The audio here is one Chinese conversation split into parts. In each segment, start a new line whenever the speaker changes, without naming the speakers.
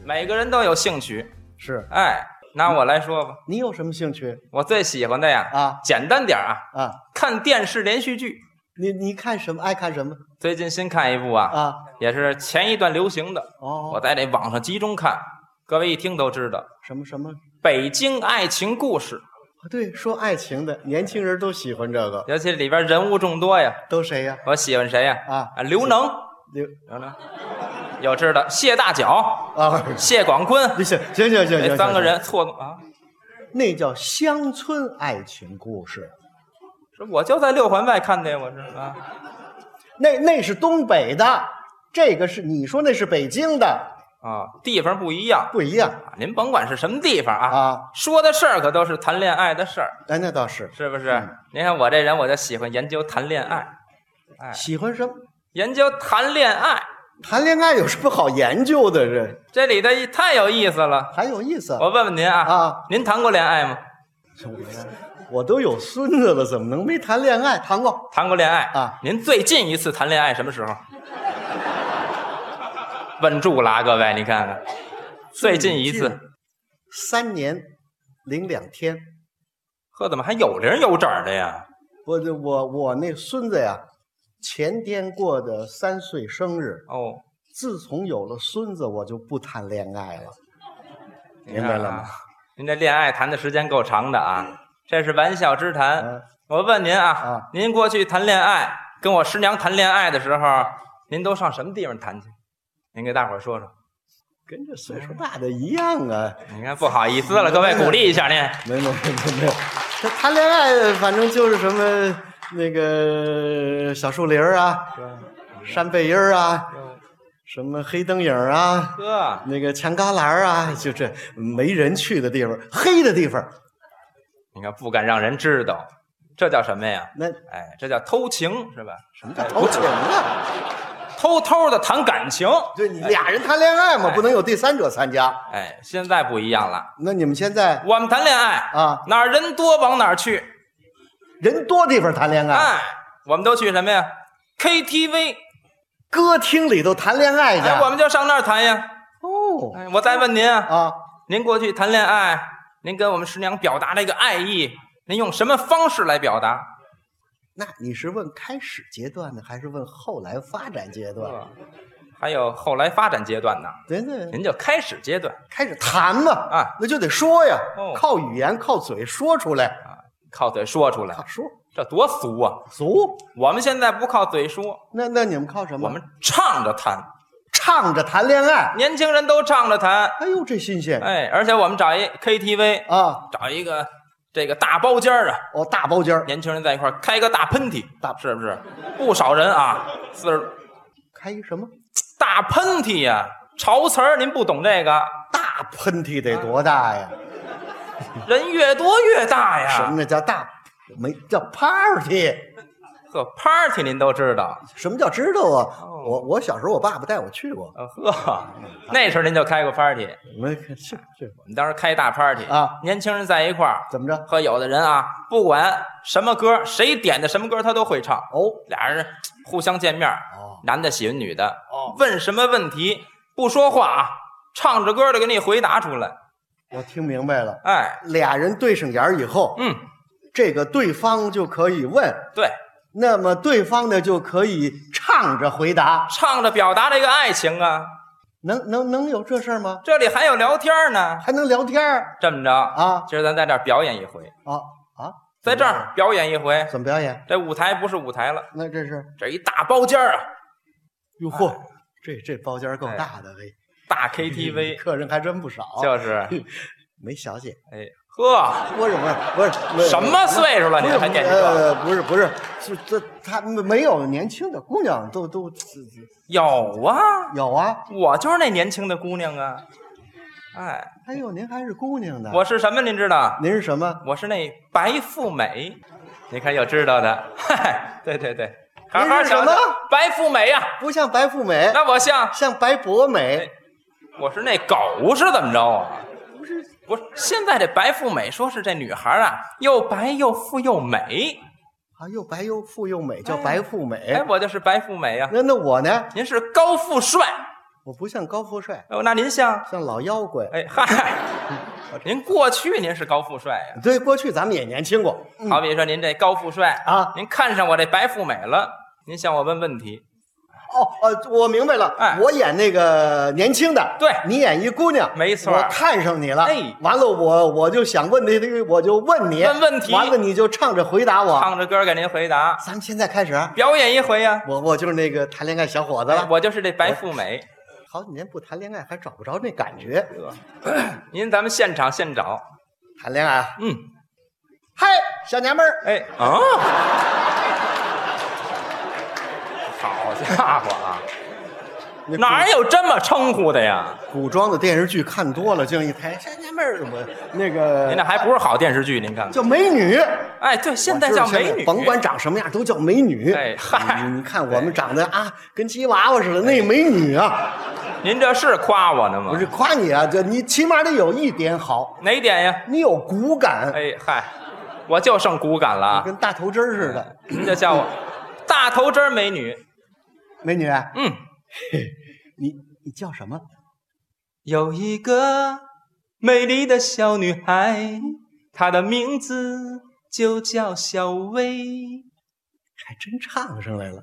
每个人都有兴趣。
是
哎，拿我来说吧，
你有什么兴趣
我最喜欢的呀，
啊
简单点儿啊，
啊？
看电视连续剧。
你你看什么？爱看什么
最近新看一部啊，
啊？
也是前一段流行的，我
哦，
在这网上集中看，各位一听都知道，《
什么什么？
北京爱情故事》，
对，说爱情的年轻人都喜欢这个，
尤其里边人物众多呀。
都谁呀？
我喜欢谁呀？
啊
刘能，
刘
刘能，有知道谢大脚、
啊，
谢广坤，
行行行行行
这
行，
三个
行
人错动啊。
那叫乡村爱情故事，
是我就在六环外看的，我这啊，
那那是东北的，这个是你说那是北京的，
啊，地方不一样。
不一样
啊您甭管是什么地方啊，
啊。
说的事儿可都是谈恋爱的事儿，
哎，那倒是
是不是
嗯？
您看我这人，我就喜欢研究谈恋爱，哎
喜欢什么？
研究谈恋爱，
谈恋爱有什么好研究的？这
这里头一太有意思了。
还有意思
我问问您啊，
啊！
您谈过恋爱吗？
我都有孙子了，怎么能没谈恋爱？谈过
谈过恋爱
啊？
您最近一次谈恋爱什么时候？稳住了啊，各位，你看看，最近一次，
三年零两天。
呵，怎么还有零有整儿的呀？
我这我我那孙子呀，前天过的三岁生日。
哦，
自从有了孙子，我就不谈恋爱了。
你
明
看
白了
啊
吗？
您这恋爱谈的时间够长的啊，这是玩笑之谈。
嗯
我问您啊
啊，
您过去谈恋爱，跟我师娘谈恋爱的时候，您都上什么地方谈去？您给大伙儿说说。
跟这岁数大的一样啊。
你看不好意思了，各 位鼓励一下您。
没没没没没有，这谈恋爱反正就是什么那个小树林儿啊，山贝音儿啊，什么黑灯影儿啊，
呵，
那个墙旮旯儿啊，就这没人去的地方，黑的地方，
你看不敢让人知道，这叫什么呀？
那
哎，这叫偷情是吧？哎
什么叫偷情啊？
偷偷的谈感情。
对你俩人谈恋爱嘛，
哎
不能有第三者参加。
哎，现在不一样了，
那你们现在
我们谈恋爱
啊，
哪儿人多往哪儿去。
人多地方谈恋爱，
哎，我们都去什么呀？KTV。
歌厅里头谈恋爱去。
哎哎，我们就上那儿谈呀。
哦
哎，我再问您啊，
啊，
您过去谈恋爱，您跟我们师娘表达这个爱意，您用什么方式来表达？
那你是问开始阶段呢，还是问后来发展阶段？
还有后来发展阶段呢？
对对，
您就开始阶段
开始谈嘛，
啊，
那就得说呀，
哦哎
靠语言靠嘴说出来，
靠嘴说出来
靠，说
这多俗啊！
俗。
我们现在不靠嘴说，
那那你们靠什么？
我们唱着谈，
唱着谈恋爱。
年轻人都唱着谈。
哎呦，这新鲜
哎，而且我们找一 KTV，
啊！
找一个这个大包间儿啊，
哦，大包间儿
年轻人在一块儿开个大喷嚏，
大
是不是？不少人啊，四十
开一什么
大喷嚏呀、潮词儿您不懂这个，
大喷嚏得多大呀？
人越多越大
什
呀
么。那叫大？没叫 party？
呵，party 您都知道，
什么叫知道啊？
哦
我我小时候我爸爸带我去过，
呃 呵，那时候您就开过 party，
没去去过
我们当时开大 party
啊
年轻人在一块儿，
怎么着？
和有的人啊，不管什么歌，谁点的什么歌，他都会唱。
哦
俩人互相见面，
哦
男的喜欢女的，
哦，
问什么问题不说话啊，唱着歌的给你回答出来。
我听明白了，
哎，
俩人对上眼儿以后，
嗯，
这个对方就可以问，
对，
那么对方呢就可以唱着回答，
唱着表达这个爱情啊。
能能能有这事儿吗？
这里还有聊天呢，
还能聊天儿
这么着啊，
啊
今儿咱在这儿表演一回，
啊啊！
在这儿表演一回。
怎么表演？
这舞台不是舞台了，
那这是
这一大包间儿啊，
哟嚯，哎这这包间儿够大的嘿
大 KTV，
客人还真不少，
哎就是，
没小姐，
哎，呵，
不是不是不是不是
什么岁数了
不
您
是
还惦记这？
呃不是不是，是这他们没有年轻的姑娘都都
有啊，
有啊。
我就是那年轻的姑娘啊，哎，
哎呦，您还是姑娘呢。
我是什么您知道？
您是什么？
我是那白富美，你看有知道的，嗨，对对对，好好
您是什
想
么
想，白富美呀、
不像白富美，
那哎我像
像白博美。
我是那狗是怎么着啊？不是，现在这白富美说是这女孩啊，又白又富又美，
啊，又白又富又美，叫白富美。
哎哎，我就是白富美呀、
那那我呢？
您是高富帅，
我不像高富帅，
哦，那您像？
像老妖怪。
哎 嗨，您过去您是高富帅呀、
对，过去咱们也年轻过。
好比说您这高富帅
啊
您看上我这白富美了，您向我问问题，
哦，呃，我明白了，
哎
我演那个年轻的，
对
你演一姑娘，
没错
我看上你了，
哎
完了我我就想问那个，我就问你，
问问题
完了你就唱着回答我。
唱着歌给您回答，
咱们现在开始，啊
表演一回呀、哎
我我就是那个谈恋爱小伙子了，
我就是这白富美，
好几年不谈恋爱还找不着那感觉，
您咱们现场现找，
谈恋爱啊，
嗯，
嗨，小娘们儿，
哎啊，好家伙啊，
那
哪有这么称呼的呀？
古装的电视剧看多了，竟一抬小娘们儿，我那
您
个
那还不是好电视剧，您看看，
叫美女，
哎，对，现在叫美女，
甭管长什么样都叫美女。
哎嗨哎
你你看我们长得啊，跟鸡娃娃似的，那美女啊，
您这是夸我呢吗？
不是，夸你啊，这你起码得有一点好，
哪一点呀？
你有骨感，
哎嗨，我就剩骨感了啊。
跟大头针儿似的。
您就叫我大头针儿美女。
美女，啊
嗯，
你你叫什么？
有一个美丽的小女孩，她的名字就叫小薇。
还真唱上来了，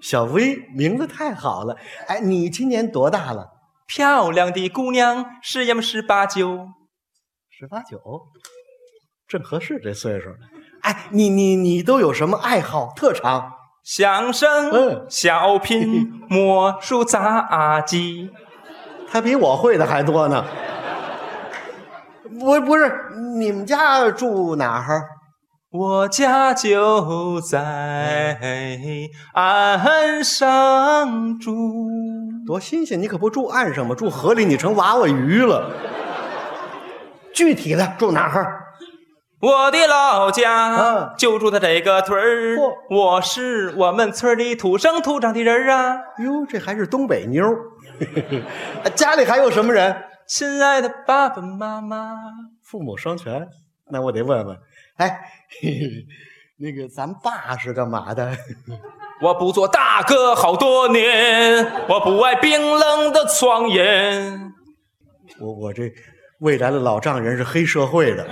小薇名字太好了。哎，你今年多大了？
漂亮的姑娘，是呀么十八九。
十八九，正合适这岁数。哎，你你你都有什么爱好特长？
相声
嗯、
小 品、魔术、杂技，
他比我会的还多呢。不不是，你们家住哪儿？
我家就在岸上住。
多新鲜！你可不住岸上吗？住河里你成娃娃鱼了。具体的住哪儿？
我的老家
嗯
就住在这个屯儿
嚯，
我是我们村里土生土长的人儿啊，
哟，哎这还是东北妞儿。 家里还有什么人？
亲爱的爸爸妈妈，
父母双全。那我得问问，哎， 那个咱爸是干嘛的？
我不做大哥好多年，我不爱冰冷的床沿，
我我这未来的老丈人是黑社会的，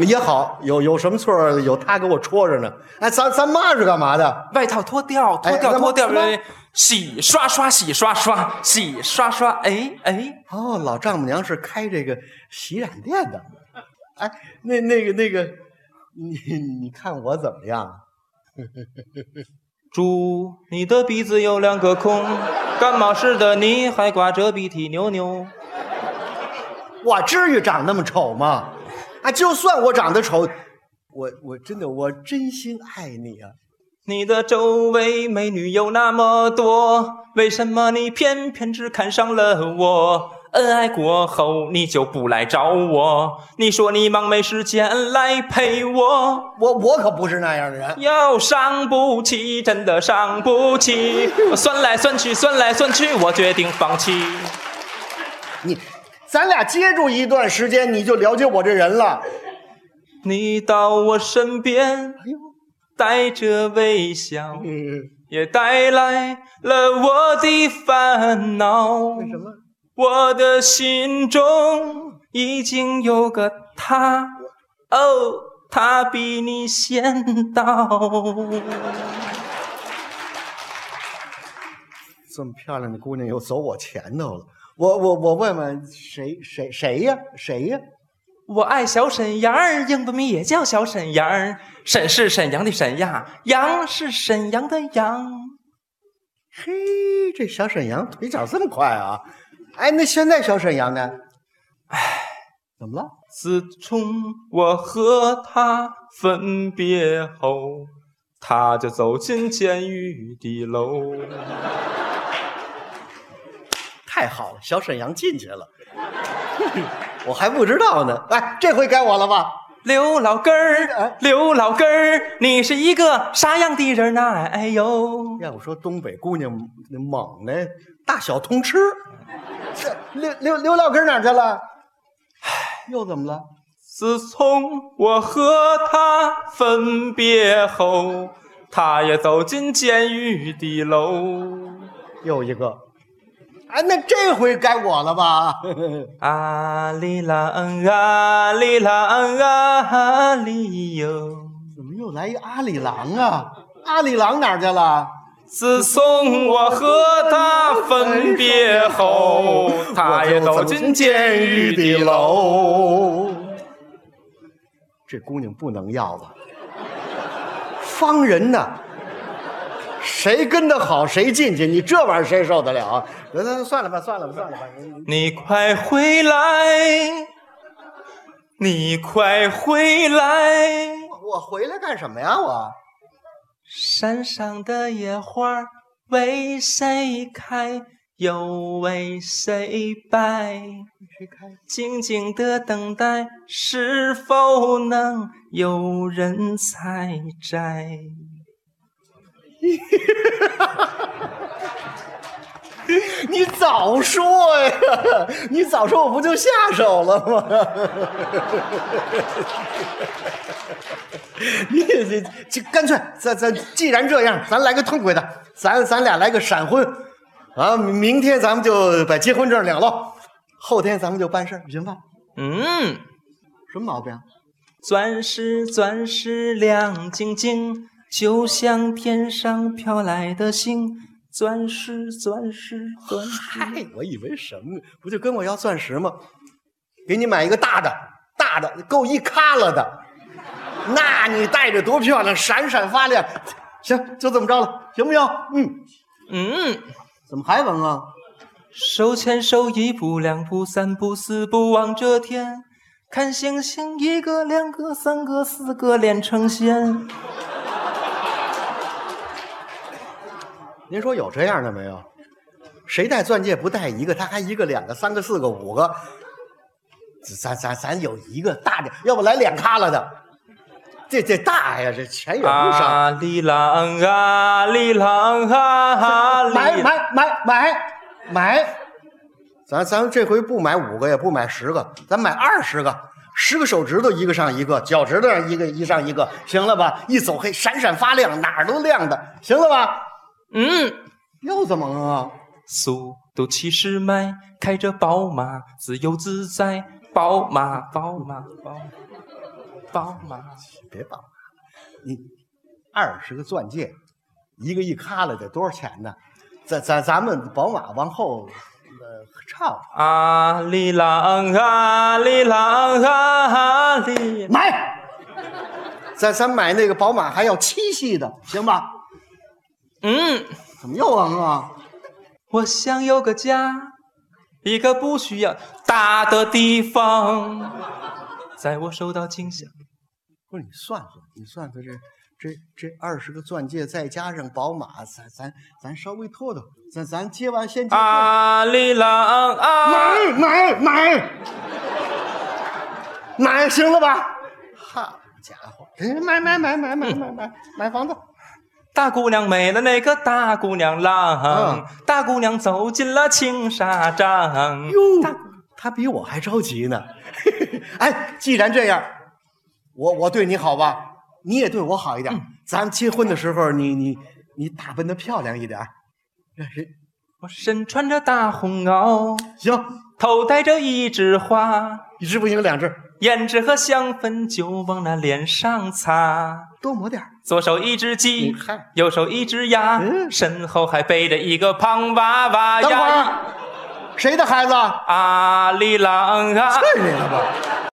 也好，有有什么错儿有他给我戳着呢。哎，咱咱妈是干嘛的？
外套脱掉，脱掉，
哎
脱掉
干嘛干，
洗刷刷，洗刷刷，洗刷刷，哎哎，
哦，老丈母娘是开这个洗染店的。哎，那那个那个，你你看我怎么样？啊
猪，你的鼻子有两个孔，感冒似的你还挂着鼻涕牛牛。
我至于长那么丑吗？啊，就算我长得丑，我我真的我真心爱你啊！
你的周围美女有那么多，为什么你偏偏只看上了我？恩爱过后你就不来找我，你说你忙没时间来陪我，
我我可不是那样的人。
又伤不起，真的伤不起。我算来算去，算来算去，我决定放弃。
你，咱俩接触一段时间，你就了解我这人了。
你到我身边，
哎呦，
带着微笑，
嗯，
也带来了我的烦恼。为
为什么？
我的心中已经有个他，哦，他比你先到。
这么漂亮的姑娘又走我前头了。我我我问问谁谁谁呀？谁呀？
我爱小沈阳儿，英文名也叫小沈阳儿。沈是沈阳的沈呀，阳是沈阳的阳。
嘿，这小沈阳腿脚这么快啊！哎，那现在小沈阳呢？哎，怎么了？
自从我和他分别后，他就走进监狱的楼。
太好了，小沈阳进去了。 我还不知道呢。哎，这回该我了吧？
刘老根儿
哎，
刘老根儿，你是一个啥样的人呐、哎呦，
要我说，东北姑娘那猛的，大小通吃。这刘刘刘老根哪儿去了？哎又怎么了？
自从我和他分别后，他也走进监狱的楼。
又一个。哎，那这回该我了吧？
啊哩啦嗯啊哩啦嗯啊哩哟。
怎么又来一阿里郎啊？阿里郎哪儿去了？
自从我和他分别
哎
后，他也都进监狱的喽。
这姑娘不能要吧？方人呢？谁跟的好谁进去，你这玩意儿谁受得了啊？那那算了吧，算了吧，算了吧。
你快回来，你快回来！
我回来干什么呀？我
山上的野花儿为谁开，又为谁败？
谁开？
静静的等待，是否能有人采摘？
你早说呀！你早说我不就下手了吗？ 你这这干脆，咱咱既然这样，咱来个痛快的，咱咱俩来个闪婚，啊，明天咱们就把结婚证领了，后天咱们就办事儿，行吧？
嗯，
什么毛病？啊
钻石钻石亮晶晶，就像天上飘来的星。钻石钻石钻石，
嗨，我以为什么呢？不就跟我要钻石吗？给你买一个大的，大的够一卡拉的，那你戴着多漂亮，闪闪发亮。行，就这么着了，行不行？嗯，
嗯。
怎么还闻啊？
手牵手，一步两步三步四步望着天，看星星一个两个三个四个连成线。
您说有这样的没有？谁戴钻戒不戴一个？他还一个、两个、三个、四个、五个。咱咱咱有一个大点，要不来两卡拉的。这这大呀，这钱也不少。
啊里郎啊里郎啊里，
买买买买买，咱咱这回不买五个，也不买十个，咱买二十个，十个手指头一个上一个，脚趾头上一个一上一个，行了吧？一走黑，闪闪发亮，哪儿都亮的，行了吧？
嗯。
又怎么了？
速度七十迈，开着宝马，自由自在。宝马，宝马，宝马，宝马。
别绑了，你二十个钻戒，一个一卡了，得多少钱呢？咱咱咱们宝马往后，呃，差不多
啊里郎啊里郎啊里。
买。咱咱买那个宝马还要七系的，行吧？
嗯。
怎么又完了？
我想有个家，一个不需要大的地方，在我受到惊吓。
不是你算算，你算算这这这二十个钻戒，再加上宝马，咱咱咱稍微拖拖，咱咱结完先结婚。
啊里郎啊，
买买买买，行了吧？好家伙，买买买买买买买买房子，
大姑娘美了那个大姑娘郎
嗯，
大姑娘走进了青纱帐。
哟，他比我还着急呢。哎，既然这样，我我对你好吧，你也对我好一点。咱们结婚的时候，你你你打扮的漂亮一点儿，让人
我身穿着大红袄，
行，
头戴着一枝花，
一只不行两只，
胭脂和香粉就往那脸上擦。
多抹点儿。
左手一只鸡
你看，
右手一只鸭，
嗯
身后还背着一个胖娃娃
等会
哎
啊
呀。
儿，谁的孩子？
阿里郎啊，
问你了吧？